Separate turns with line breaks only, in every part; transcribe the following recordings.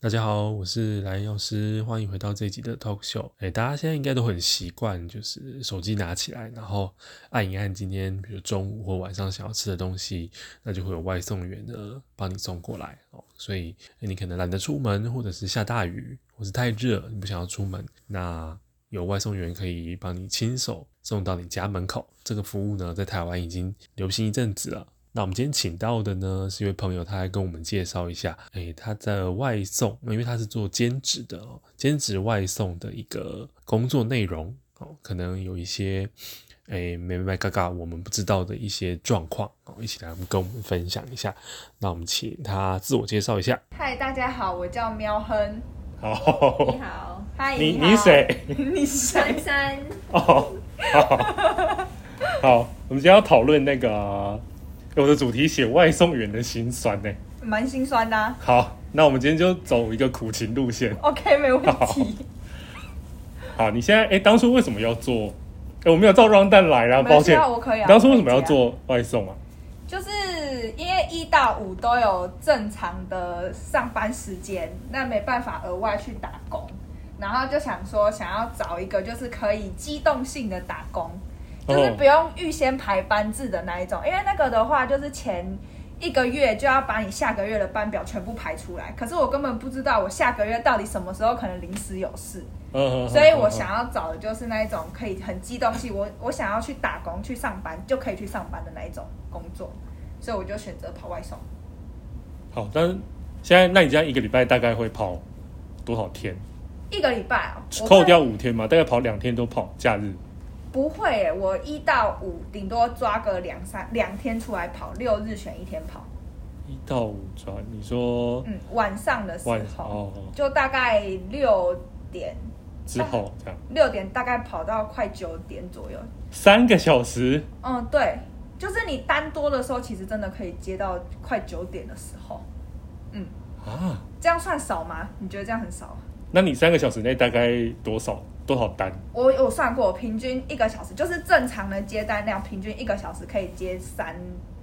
大家好，我是蓝药师，欢迎回到这一集的 Talk Show。哎，大家现在应该都很习惯，就是手机拿起来，然后按一按今天比如中午或晚上想要吃的东西，那就会有外送员呢帮你送过来哦。所以诶你可能懒得出门，或者是下大雨，或是太热，你不想要出门，那有外送员可以帮你亲手送到你家门口。这个服务呢，在台湾已经流行一阵子了。那我们今天请到的呢，是一位朋友，他来跟我们介绍一下，诶，他的外送，因为他是做兼职的哦，兼职外送的一个工作内容哦，可能有一些，诶，没没嘎嘎，我们不知道的一些状况哦，一起来跟我们分享一下。那我们请他自我介绍一下。
嗨，大家好，我叫喵哼。
好
哦
你，好，
嗨，
你
好
你谁？
你谁？
珊珊，
哦，好，我们今天要讨论那个啊我的主题写外送员的心酸呢。
蛮心酸的啊、
好，那我们今天就走一个苦情路线。
OK，没 问题。
好，你现在哎、诶当初为什么要做？哎、我没有照让蛋来啦，
没有
抱歉。
知道我可以啊
你当初为什么要
我可以
做外送啊？
就是因为一到五都有正常的上班时间，那没办法额外去打工，然后就想说想要找一个就是可以机动性的打工，
哦
就是不用预先排班制的那一种，因为那个的话就是前一个月就要把你下个月的班表全部排出来，可是我根本不知道我下个月到底什么时候可能临时有事，
嗯，嗯
所以我，想要找的就是那一种可以很机动性，我我想要去打工、去上班就可以去上班的那一种工作，所以我就选择跑外送。
嗯好，但是现在那你这样一个礼拜大概会跑多少天？
一个礼拜哦，我
扣
会
掉五天嘛，大概跑两天都跑假日。
不会耶，我一到五顶多抓个两三两天出来跑，六日选一天跑。
一到五抓，你说
嗯，晚上的时
晚
候，
哦哦
就大概六点，
之后这样
六点大概跑到快九点左右。
三个小时，
嗯，对，就是你单多的时候，其实真的可以接到快九点的时候。嗯，
啊？
这样算少吗？你觉得这样很少吗？
那你三个小时内大概多少多少单？
我有算过，平均一个小时就是正常的接单量，平均一个小时可以接三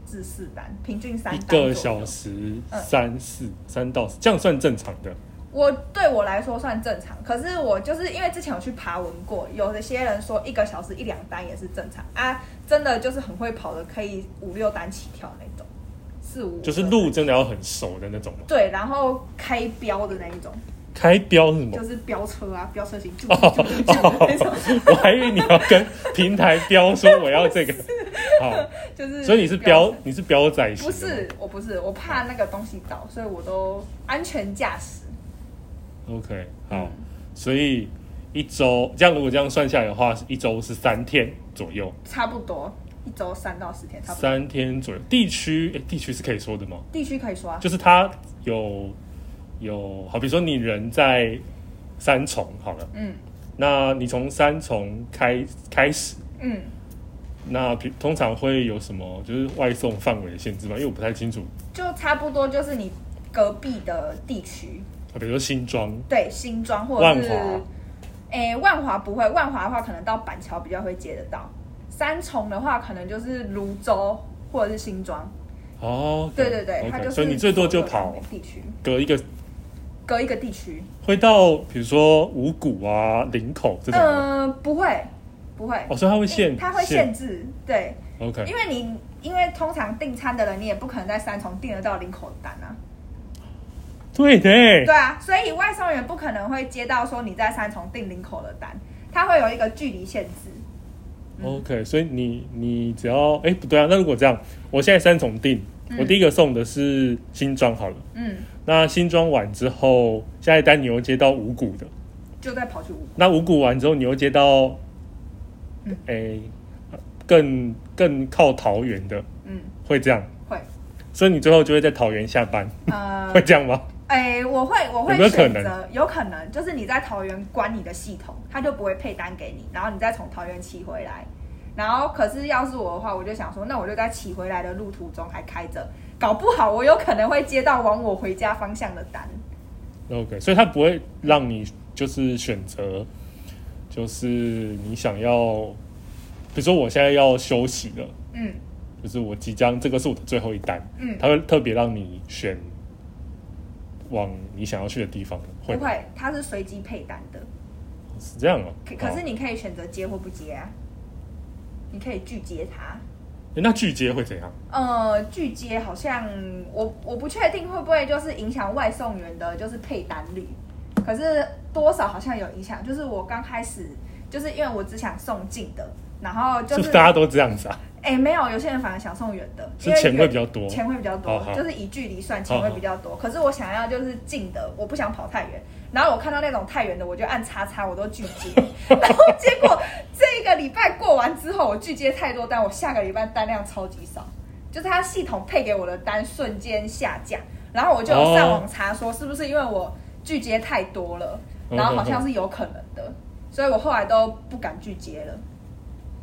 至四单，平均三
一
单嗯
个
左右
小。时三四三到四，这样算正常的。
我对我来说算正常，可是我就是因为之前有去爬文过，有的些人说一个小时一两单也是正常啊，真的就是很会跑的，可以五六单起跳那种，四五
就是
六
路
单
真的要很熟的那种吗？
对，然后开标的那一种，
开标是什么
就？是飙车啊，飙车型，就就就就那种，
我还以为你要跟平台标说我要这个，好，
就是
所以你是
飙
标
车。
你是标仔型，
不是，我不是，我怕那个东西倒，所以我都安全驾驶。
？OK，好，
嗯
所以一周这样如果这样算下来的话，是一周是三天左右，
差不多一周三到十天，差不多。
三天左右。地区诶，地区是可以说的吗？
地区可以说啊，
就是它有有好，比如说你人在三重好了，
嗯
那你从三重开开始。
嗯，
那平通常会有什么就是外送范围的限制吗？因为我不太清楚，
就差不多就是你隔壁的地区，
啊比如说新庄，
对新庄或者是
万华，
诶、万华不会，万华的话可能到板桥比较会接得到，三重的话可能就是泸州或者是新庄，
哦，
对对对
OK，
它就是
所以你最多
左
就
右
跑
两个地区，
隔一个，
隔一个地区，
会到比如说五谷啊、林口这种吗。
嗯、不会不会，
哦，所以它会限，
它会限制，对，
OK，
因为你因为通常订餐的人，你也不可能在三重订得到零口单啊。
对的，
对啊，所以外送员不可能会接到说你在三重订零口的单，它会有一个距离限制。
嗯 OK，所以你你只要哎、不对啊，那如果这样，我现在三重订，我第一个送的是新庄好了，
嗯，
那新庄完之后，下一单你又接到五谷的，
就再跑去五。
那五谷完之后你又接到，
嗯
哎、更更靠桃园的，
嗯，
会这样，
会。
所以你最后就会在桃园下班，
呃
会，这样吗？
哎、我会，我会
有没有可
选
能
择，有可能就是你在桃园关你的系统，它就不会配单给你，然后你再从桃园骑回来。然后，可是要是我的话，我就想说，那我就在骑回来的路途中还开着，搞不好我有可能会接到往我回家方向的单。
OK，所以他不会让你就是选择，就是你想要，比如说我现在要休息了，
嗯，
就是我即将这个是我的最后一单，
嗯
他会特别让你选往你想要去的地方吗？
不
吗
会，它是随机配单的。
是这样哦、
可可
好
是你可以选择接或不接啊，你可以拒接它。
诶那拒接会怎样？
呃，拒接好像我我不确定会不会就是影响外送员的，就是配单率，可是多少好像有影响。就是我刚开始，就是因为我只想送近的，然后就是是
大家都这样子啊？
哎、没有，有些人反而想送远的，
是
因为
钱会
远
比较多
钱会比较多
好，好
就是以距离算钱会
好好
比较多。可是我想要就是近的，我不想跑太远。然后我看到那种太远的，我就按叉叉，我都拒 接。然后结果这个礼拜过完之后，我拒接太多单，我下个礼拜单量超级少，就是它系统配给我的单瞬间下降。然后我就有上网查说，是不是因为我拒接太多了，
嗯
然后
嗯
好像
嗯
是有可能的，所以我后来都不敢拒接了。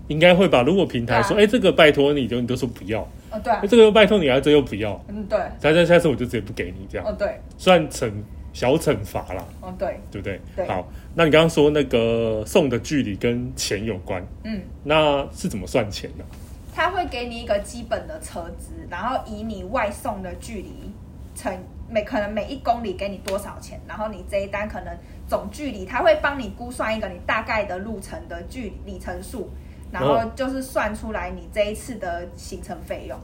应该会吧？如果平台说，哎、
对
这个拜托你，就你都说不要，
哦，对啊
哎、，这个又拜托你，啊，这又不要，
嗯，对，
大家下次我就直接不给你，这样
哦，对，
算惩小惩罚啦，
哦，对，
对不对？
对
好，那你刚刚说那个送的距离跟钱有关，
嗯。
那是怎么算钱呢、
他会给你一个基本的车资，然后以你外送的距离乘每可能每一公里给你多少钱，然后你这一单可能总距离，他会帮你估算一个你大概的路程的距离里程数，然后就是算出来你这一次的行程费用。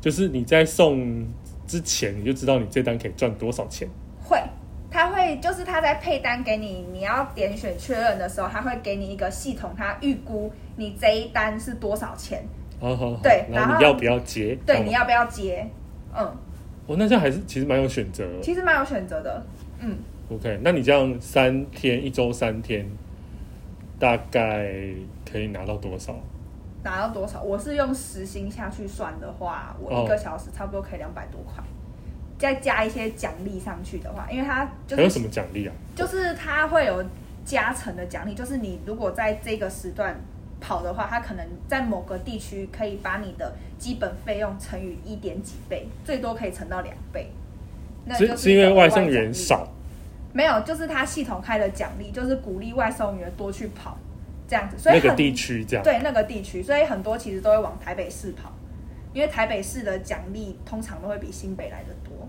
就是你在送之前，你就知道你这单可以赚多少钱。
会，他会就是他在配单给你，你要点选确认的时候，他会给你一个系统，他预估你这一单是多少钱，
好好好
对
然
然
后
后
你要不要接？这
对，
样吗
你要不要接？嗯，
哦，那这样还是其实蛮有选择的。
其实蛮有选择的。嗯，
OK，那你这样三天，一周三天，大概可以拿到多少？
拿到多少？我是用时薪下去算的话，我
哦
一个小时差不多可以两百多块，再加一些奖励上去的话，因为它就
还有什
是
么奖励啊？
就是它会有加成的奖励，就是你如果在这个时段跑的话，它可能在某个地区可以把你的基本费用乘以一点几倍，最多可以乘到两倍。那就是是
是因
一
为
个额外
外送
奖
员
励
少，
没有，就是它系统开的奖励，就是鼓励外送员多去跑这样子，所以
那个
很
地区这样。
对那个地区，所以很多其实都会往台北市跑，因为台北市的奖励通常都会比新北来的多。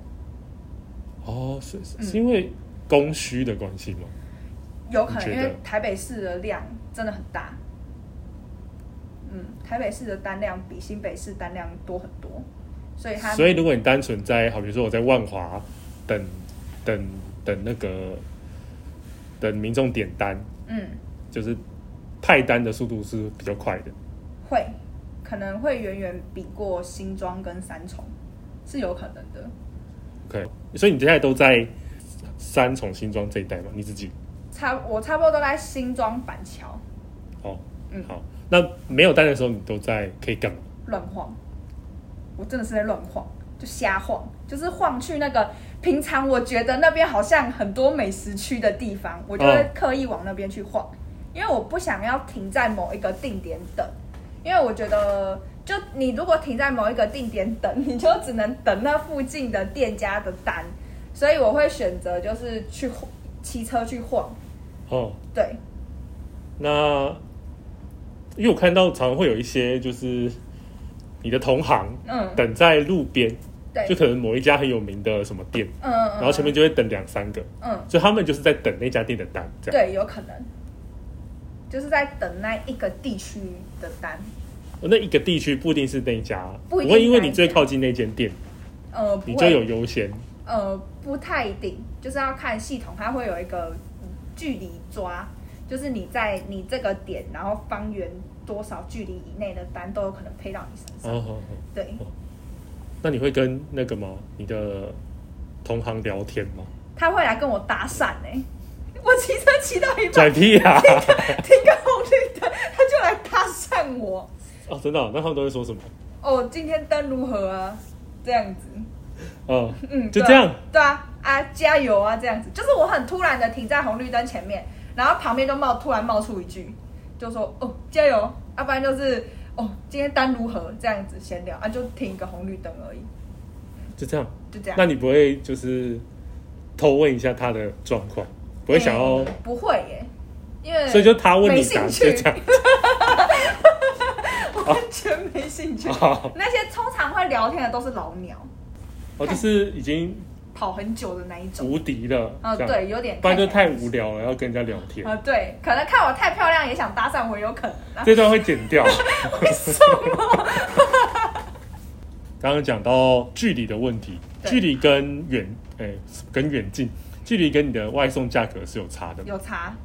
哦，是是
嗯
是因为供需的关系吗？
有可能
你觉
因
得
为台北市的量真的很大，嗯，台北市的单量比新北市单量多很多，所以它
所以如果你单纯在，好比说我在万华等等等那个等民众点单，
嗯
就是派单的速度是比较快的。
会可能会远远比过新庄跟三重，是有可能的。
OK，所以你现在都在三重新庄这一带嘛？你自己
差我差不多都在新庄板桥
哦，
嗯
好，那没有单的时候你都在可以干嘛？
乱晃，我真的是在乱晃，就瞎晃，就是晃去那个平常我觉得那边好像很多美食区的地方，我就会
嗯
刻意往那边去晃，因为我不想要停在某一个定点等，因为我觉得。就你如果停在某一个定点等， 你就只能等那附近的店家的单，所以我会选择就是去晃骑车去晃，
哦，
对，
那因为我看到常常会有一些就是你的同行
嗯，
等在路边，
对，
就可能某一家很有名的什么店，
嗯，嗯
然后前面，就会等两三个，
嗯嗯，
所以他们就是在等那家店的单，这样。
对，有可能，就是在等那一个地区的单。
哦那一个地区不一定是那一家，
不一定
会因为
那一
你
家
最靠近那间店，
呃，不
你就
会，
有优先。
呃，不太一定，就是要看系统，它会有一个嗯距离抓，就是你在你这个点，然后方圆多少距离以内的单都有可能配到你身上。
哦，好好。
对，
那你会跟那个吗？你的同行聊天 吗？
他会来跟我搭讪呢、我骑车骑到一半
拽，屁啊！
停个红绿灯，他就来搭讪我。
哦，真的哦、那他们都会说什么？
哦，今天灯如何啊？这样子。
嗯
嗯，
就
对啊
这样。
对啊，啊，加油啊，这样子，就是我很突然的停在红绿灯前面，然后旁边就冒突然冒出一句，就说哦加油，要、不然就是哦今天单如何这样子闲聊啊，就停一个红绿灯而已，
就这样。
就这样。
那你不会就是偷问一下他的状况？不会想要？
嗯不会耶，因为
所以就他问
嗯
你
没
答，
兴
就
趣，
这样。
完全没兴趣。
哦
那些通常会聊天的都是老鸟，
哦，就是已经
跑很久的那一种。
无敌的，
啊，
这样，
对，有点
不然就
起来
太无聊了，要跟人家聊天，
啊，对，可能看我太漂亮也想搭讪我，有 可能 啊。
这段会剪掉。
为什么？
刚刚讲到距离的问题，
对
距离跟远，哎、跟远近，距离跟你的外送价格是有差的。
有差。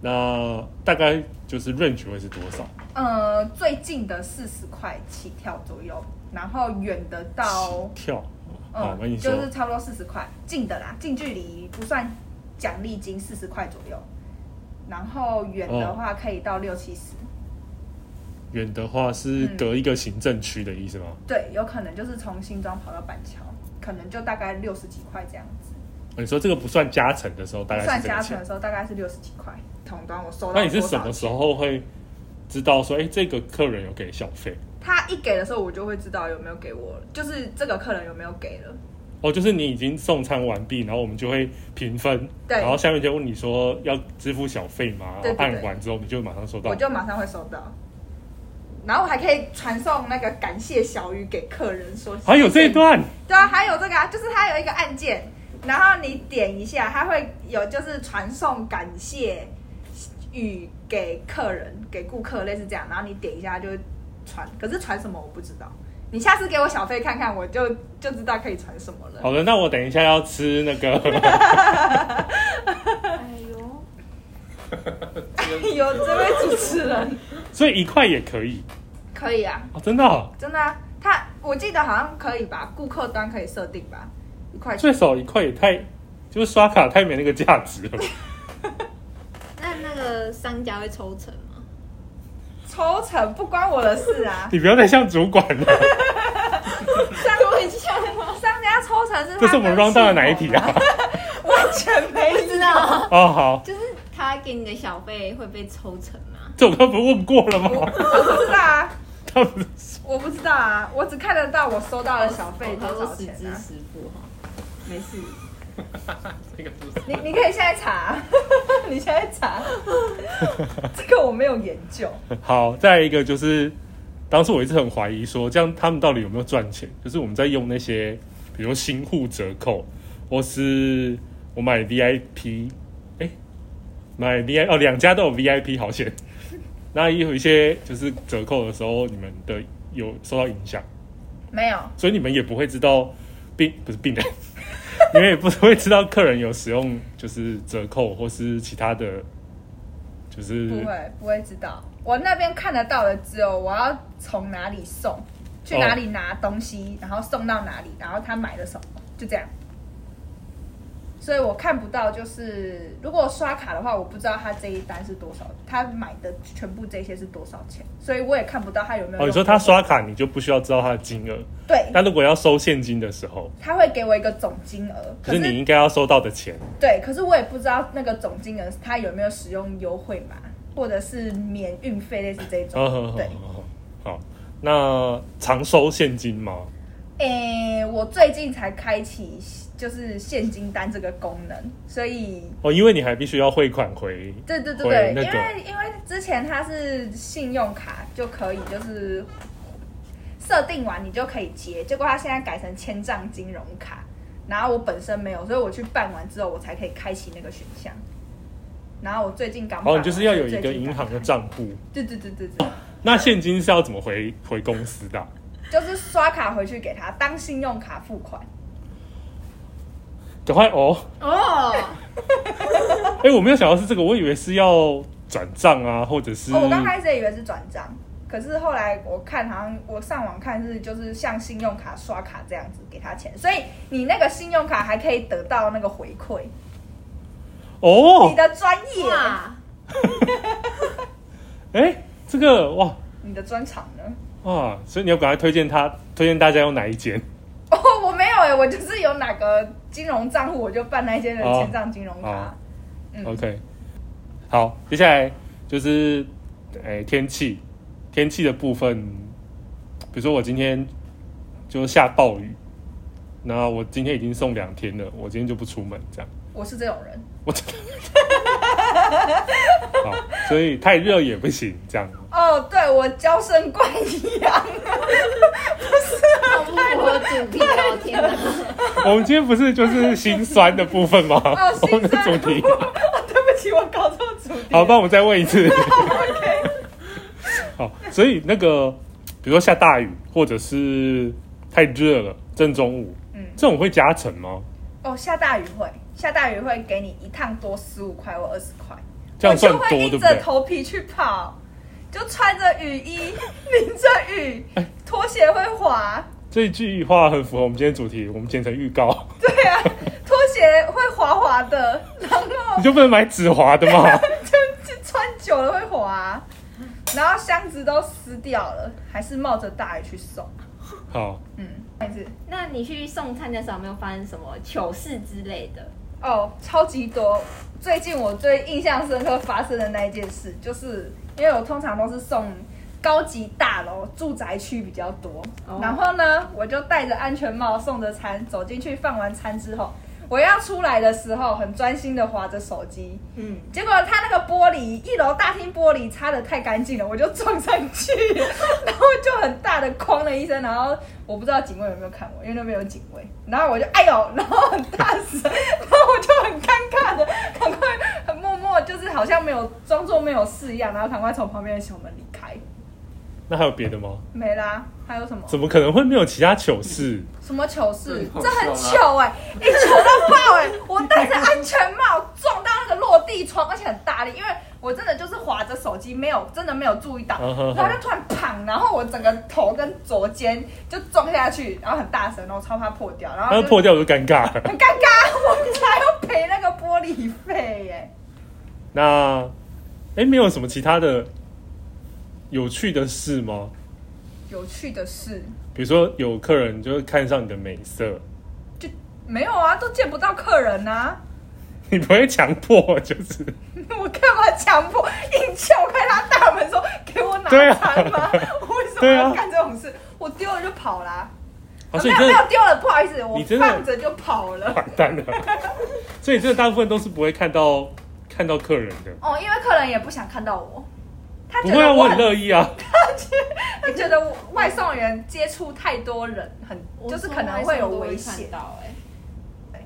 那大概就是 range 会是多少？
呃，最近的四十块起跳左右，然后远的到
跳，好，我跟
嗯，
你说，
就是差不多四十块，近的啦，近距离不算奖励金，四十块左右。然后远的话可以到六七十，
哦远的话是
嗯
隔一个行政区的意思吗？
对，有可能就是从新庄跑到板桥，可能就大概六十几块这样子。
哦你说这个不算加成的时候，大概
算
是这
加
个
成的
钱。
时候大概是六十几块，同端我收到。
那你是什么时？候会知道说，哎、这个客人有给小费？
他一给的时候，我就会知道有没有给我了，就是这个客人有没有给了。
哦，就是你已经送餐完毕，然后我们就会评分，
对
然后下面就问你说要支付小费吗？
对对对
然后按完之后你就马上收到
我。就马上会收到。然后我还可以传送那个感谢小语给客人说，
还有这一段，
对啊，还有这个啊，就是它有一个按键，然后你点一下，它会有就是传送感谢语给客人、给顾客，类似这样，然后你点一下就传，可是传什么我不知道。你下次给我小费看看，我就就知道可以传什么了。
好的，那我等一下要吃那个
哎呦，
有这位主持人，
所以一块也可以
可以啊，
哦，真的哦、
真的啊，他我记得好像可以吧，顾客端可以设定吧，一块钱。
最少一块也太，就是刷卡太没那个价值了。，
那那个商家会抽成吗？
抽成不关我的事啊
你不要再像主管了，
商
会这样吗？
商家抽成是他
这是我们
跟
round down 的哪一
系
题
统
啊？
完全没
不知道，
哦，好，
就是他给你的小费会被抽成吗？
这我刚不是问过了
我
吗？
不知道啊，
他不是
我不知道啊，我只看得到我收到的小费多
我
少
都哦十
钱
之
啊。
十不哈，没事。
这个不是
你你可以现在查啊， 你现在查， 这个我没有研究。
好，再来一个就是，当时我一直很怀疑说，这样他们到底有没有赚钱？就是我们在用那些，比如新户折扣，或是我买 VIP，哎、买 VIP 哦，两家都有 VIP 好险。那也有一些就是折扣的时候，你们的有受到影响，
没有，
所以你们也不会知道病不是病人， 你们也不会知道客人有使用就是折扣或是其他的，就是
不会不会知道。我那边看得到的只有我要从哪里送，去哪里拿东西，然后送到哪里，然后他买了什么，就这样。所以我看不到，就是如果刷卡的话，我不知道他这一单是多少，他买的全部这些是多少钱，所以我也看不到他有没有用过。
哦，你说他刷卡，你就不需要知道他的金额。
对，
但如果要收现金的时候，
他会给我一个总金额，
可是你应该要收到的钱。
对，可是我也不知道那个总金额他有没有使用优惠码，或者是免运费类似这种。
哦，好好
对，
好好，那常收现金吗？
诶、我最近才开启就是现金单这个功能，所以
哦，因为你还必须要汇款回。
对对对对，
会那个
因为因为之前它是信用卡就可以就是设定完你就可以结，结果它现在改成千账金融卡，然后我本身没有，所以我去办完之后我才可以开启那个选项。然后我最近刚办
哦，
完
你就是要有一
最
个
近
银
刚
行的
办
账户。
对对对对对，
那现金是要怎么回回公司的啊、
就是刷卡回去给他当信用卡付款。
赶快哦！
哦，
哎、我没有想到是这个，我以为是要转账啊，或者是
哦，我刚开始也以为是转账，可是后来我看好像我上网看是就是像信用卡刷卡这样子给他钱，所以你那个信用卡还可以得到那个回馈，你
哦，
的专业，
哇，
哎、这个哇
你的专长呢？
哇，所以你要赶快推荐他，推荐大家用哪一间？
哦，我没有哎、我就是有哪个金融账户我就办那些的
哦
千账金融卡。
哦
嗯
OK，好，接下来就是诶、天气，天气的部分，比如说我今天就下暴雨，那我今天已经送两天了，我今天就不出门这样，
我是这种人，
我真的，好，所以太热也不行这样，
哦，哦，对我娇生惯 养，
好不符合主题哦，天哪！
我们今天不是就是心酸的部分吗？
哦
我们的
心酸
主题。
对不起，我搞错主题。
好，那我们再问 一次。好，所以那个，比如说下大雨，或者是太热了，正中午，
嗯
这种会加成吗？
哦，下大雨会，下大雨会给你一趟多十五块或二十块，
这样算
我就
多
会
对不
硬
对
着？头皮去跑，就穿着雨衣， 淋着雨，拖鞋会滑，
这一句话很符合我们今天主题，我们剪成预告。
对啊，拖鞋会滑滑的，然后
你就不能买纸滑的 吗？
就穿久了会滑，然后箱子都湿掉了，还是冒着大雨去送，
好，
嗯，这样子
那你去送餐的时候有没有发生什么糗事之类的？
哦，超级多。最近我最印象深刻发生的那一件事，就是因为我通常都是送高级大楼住宅区比较多，
哦
然后呢，我就戴着安全帽送着餐走进去，放完餐之后，我要出来的时候，很专心的划着手机，
嗯，
结果他那个玻璃，一楼大厅玻璃擦的太干净了，我就撞上去， 然后就很大的哐了一声，然后我不知道警卫有没有看我，因为那边有警卫，然后我就哎呦，然后很大声， 然后我就很尴尬的，赶快很默默，就是好像没有装作没有事一样，然后赶快从旁边的小门离开。
那还有别的吗？
没啦，还有什么
怎么可能会没有其他糗事？
什么糗事？
对
这很
好笑啊
糗哎、一糗到 爆哎、我戴着安全帽撞到那个落地窗，而且很大力，因为我真的就是滑着手机，没有真的没有注意 到
嗯哼，哼
然后就突然砰，然后我整个头跟左肩就撞下去，然后很大声，然后超怕破掉，然后
那
就
破掉我就尴尬了。
很尴尬，我们还要赔那个玻璃费欸耶、
那，哎、没有什么其他的有趣的事吗？
有趣的事
比如说有客人就是看上你的美色，
就没有啊，都见不到客人啊。
你不会强迫，就是
我干嘛强迫硬撬开他大门说给我拿
对啊
餐 吗？我为什么
对啊
要干这种事？我丢了就跑啦、
好，哦所
没
以
有
你
没有
真的
丢了，不好意思，我
你真的
放着就跑 了。
完蛋了。所以真的大部分都是不会看到看到客人的，
哦，因为客人也不想看到我，他
不
觉
会
得
啊，我很
很
乐意啊。
他觉得我外送员接触太多人，很就是可能会有危险，
到哎、
对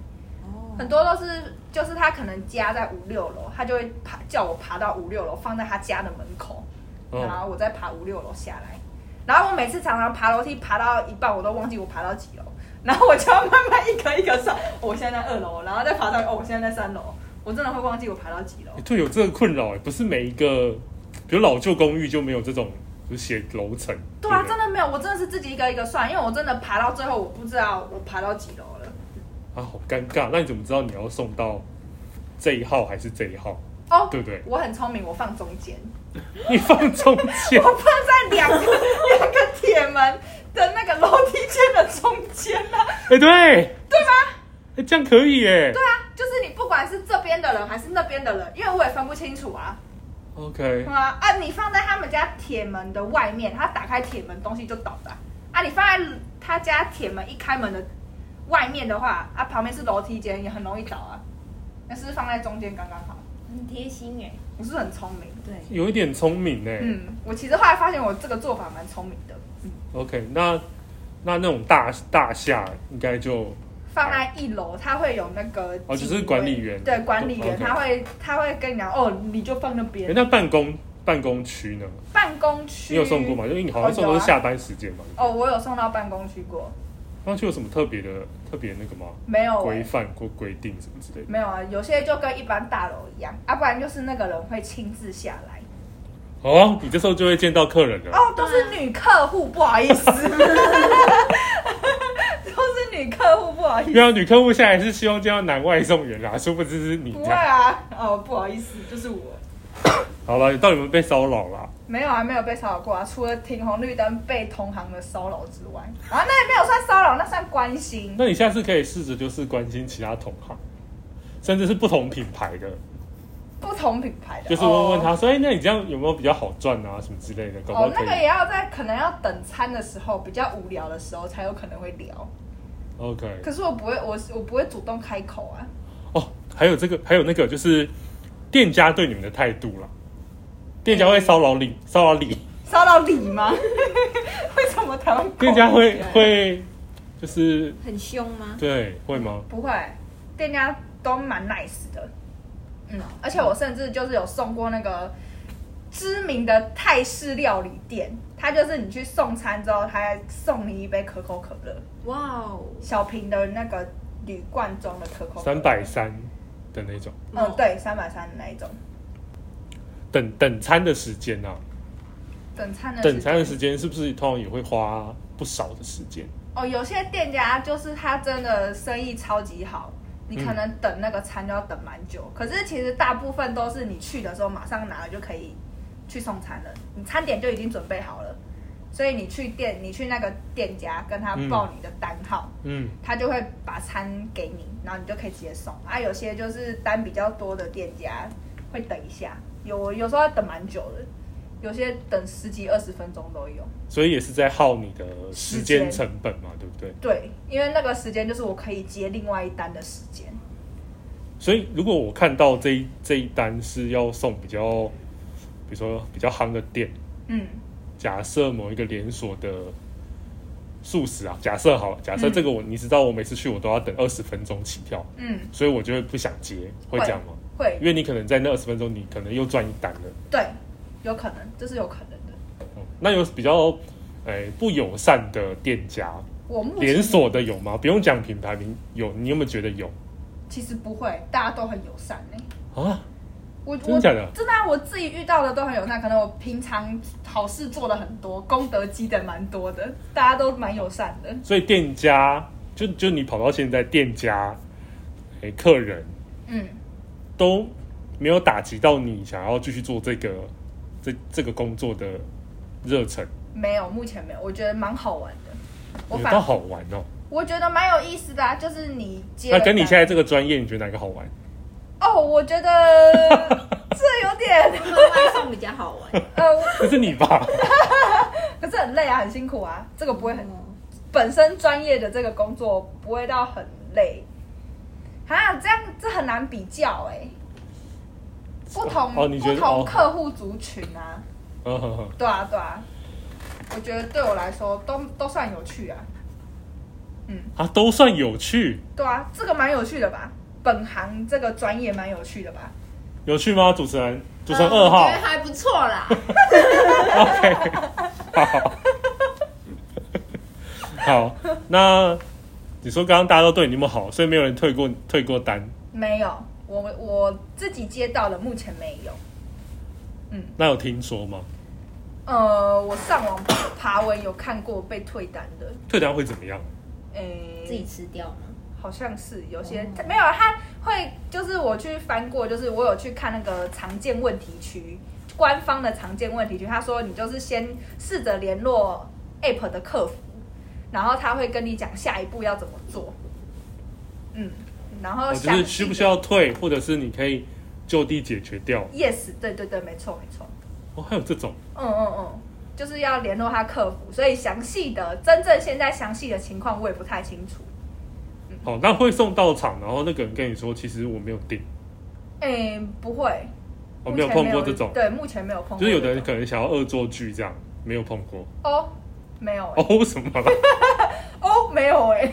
哦，
很多都是就是他可能家在五六楼，他就会爬叫我爬到五六楼，放在他家的门口。然
嗯，
后我再爬五六楼下来。然后我每次常常爬楼梯爬到一半，我都忘记我爬到几楼，然后我就要慢慢一个一个上。哦我现在在二楼，然后再爬上去，哦，我现在在三 楼，我真的会忘记我爬到几楼。
对，有这个困扰，欸不是每一个，比如老旧公寓就没有这种，就是写楼层。
对啊，
不
真的没有，我真的是自己一个一个算，因为我真的爬到最后，我不知道我爬到几楼了。
啊，好尴尬。那你怎么知道你要送到这一号还是这一号？
哦，
对不对
我很聪明，我放中间，
你放中间
我放在两个两个铁门的那个楼梯间的中间啊。
哎、对，对吗？哎、这样可以耶。
对啊，就是你不管是这边的人还是那边的人，因为我也分不清楚啊。
OK，
啊啊！你放在他们家铁门的外面，他打开铁门，东西就倒了啊。啊你放在他家铁门一开门的外面的话，啊，旁边是楼梯间，也很容易倒啊。但是放在中间刚刚好，
很贴心哎、
我是不是很聪明。
对，
有一点聪明哎。
嗯，我其实后来发现我这个做法蛮聪明的，
OK，那那那种大大厦应该就
放在一楼，他会有那个
哦就是
警卫
管理员哦
对管理员，
OK
他会他会跟你讲哦，你就放那
诶
边
那办公办公区呢？
办公区。
你有送过吗？？因为你好像送
哦
都
有
是
啊
下班时间嘛。
哦，我有送到办公区过，
办公区有什么特别的特别那个吗？
没有、欸
规。范或规定什么之类的？
没有啊，有些就跟一般大楼一样，啊，不然就是那个人会亲自下来。
嗯哦，你这时候就会见到客人了。
哦，都是女客户，不好意思， 都是女客户，不好意
没
思。
有女客户下来是希望见到男外送员啦，殊不知是你
不
这
会
样。
啊，哦，不好意思，就是我。
好了，到底有没有被骚扰啦？
没有啊，没有被骚扰过啊，除了停红绿灯被同行的骚扰之外，啊，那也没有算骚扰，那算关心。
那你下次可以试着就是关心其他同行，甚至是不同品牌的，
不同品牌的，
就是问问
哦
他说：“哎、那你这样有没有比较好赚啊？什么之类的？”搞不好
哦，
可
那个
以。
也要在可能要等餐的时候，比较无聊的时候才有可能会聊。
OK。
可是我不会，我我不会主动开口啊。
哦，还有这个，还有那个，
嗯
就是店家对你们的态度啦。店家会骚扰你，骚扰你，
烧到底吗？ 为什么台湾
店家会会就是
很凶吗？
对会吗？
不会，店家都蛮 nice 的。嗯，而且我甚至就是有送过那个知名的泰式料理店，它就是你去送餐之后，它还送你一杯可口可乐，
哇哦，
小瓶的那个铝罐装的可口可乐
三百，三的那种，
嗯，对，三百三的那一种。
等等餐的时间啊，
等餐的
等餐的时
间
间是不是通常也会花不少的时间？
哦，有些店家就是他真的生意超级好，你可能等那个餐就要等蛮久。可是其实大部分都是你去的时候马上拿了就可以去送餐了，你餐点就已经准备好了。所以你去店，你去那个店家跟他报你的单号，
嗯，
他就会把餐给你，然后你就可以直接送。啊，有些就是单比较多的店家会等一下，有有时候要等蛮久的，有些等十几二十分钟都有。
所以也是在耗你的时间
时间
成本嘛，对不对？
对，因为那个时间就是我可以接另外一单的时间。
所以如果我看到这一这一单是要送比较，比如说比较夯的店，
嗯，
假设某一个连锁的素食啊，假设好了，假设
嗯
这个我、你知道，我每次去我都要等二十分钟起跳，
嗯，
所以我就会不想接，会这样吗？
会
因，为你可能在那二十分钟，你可能又赚一单了。
对，有可能，这是有可能的。
嗯那有比较诶、不友善的店家，
我目前
连锁的有吗？不用讲品牌名，有你有没有觉得有
其实不会，大家都很友善呢、
啊？
我
真的
我
假的
真的啊、我自己遇到的都很友善，可能我平常好事做的很多，功德积的蛮多的，大家都蛮友善的。
所以店家就就你跑到现在，店家诶、客人
嗯，
都没有打击到你想要继续做这个这这个工作的热忱，
没有，目前没有，我觉得蛮好玩的。我
有
反
到好玩哦。
我觉得蛮有意思的啊，就是你接
那
了
跟你
单
现在这个专业，你觉得哪个好玩？
哦，我觉得这有点
外卖送比较好 玩，
呃，我
这是你吧？
可是很累啊，很辛苦啊，这个不会很
哦
本身专业的这个工作不会到很累，啊，这样这很难比较哎、不同、
哦，你觉
不
得
同
哦？
客户族群啊，
嗯哼哼，
对啊对啊，我觉得对我来说都都算有趣啊，
啊，都算有趣，
对啊，这个蛮有趣的吧，本行这个专业蛮有趣的吧，
有趣吗？主持人，主持人
嗯
二号
我觉得还不错啦。
，OK，好，好，那你说刚刚大家都对你那么好，所以没有人退过退过单，
没有，我我自己接到的目前没有，
那有听说吗？
呃，我上网爬文有看过被退单的，
退单会怎么样？
诶、
自己吃掉吗？
好像是有些、
哦
没有，啊他会就是我去翻过，就是我有去看那个常见问题区官方的常见问题区，他说你就是先试着联络 App 的客服，然后他会跟你讲下一步要怎么做。嗯，然后
哦
我哦就
详细
是
的
需不需要退，或者是你可以就地解决掉。
？Yes，对对对，没错没错。
哦，还有这种，
嗯嗯嗯，就是要联络他客服，所以详细的真正现在详细的情况我也不太清楚。
嗯
好，那会送到场，然后那个人跟你说，其实我没有订，
诶，不会，
我
目
哦没有
前
碰过这种，
对，目前没有碰过这种。
就是有的人可能想要恶作剧这样，没有碰过。
哦，没有欸、
哦，为什么啦？
哦，没有哎、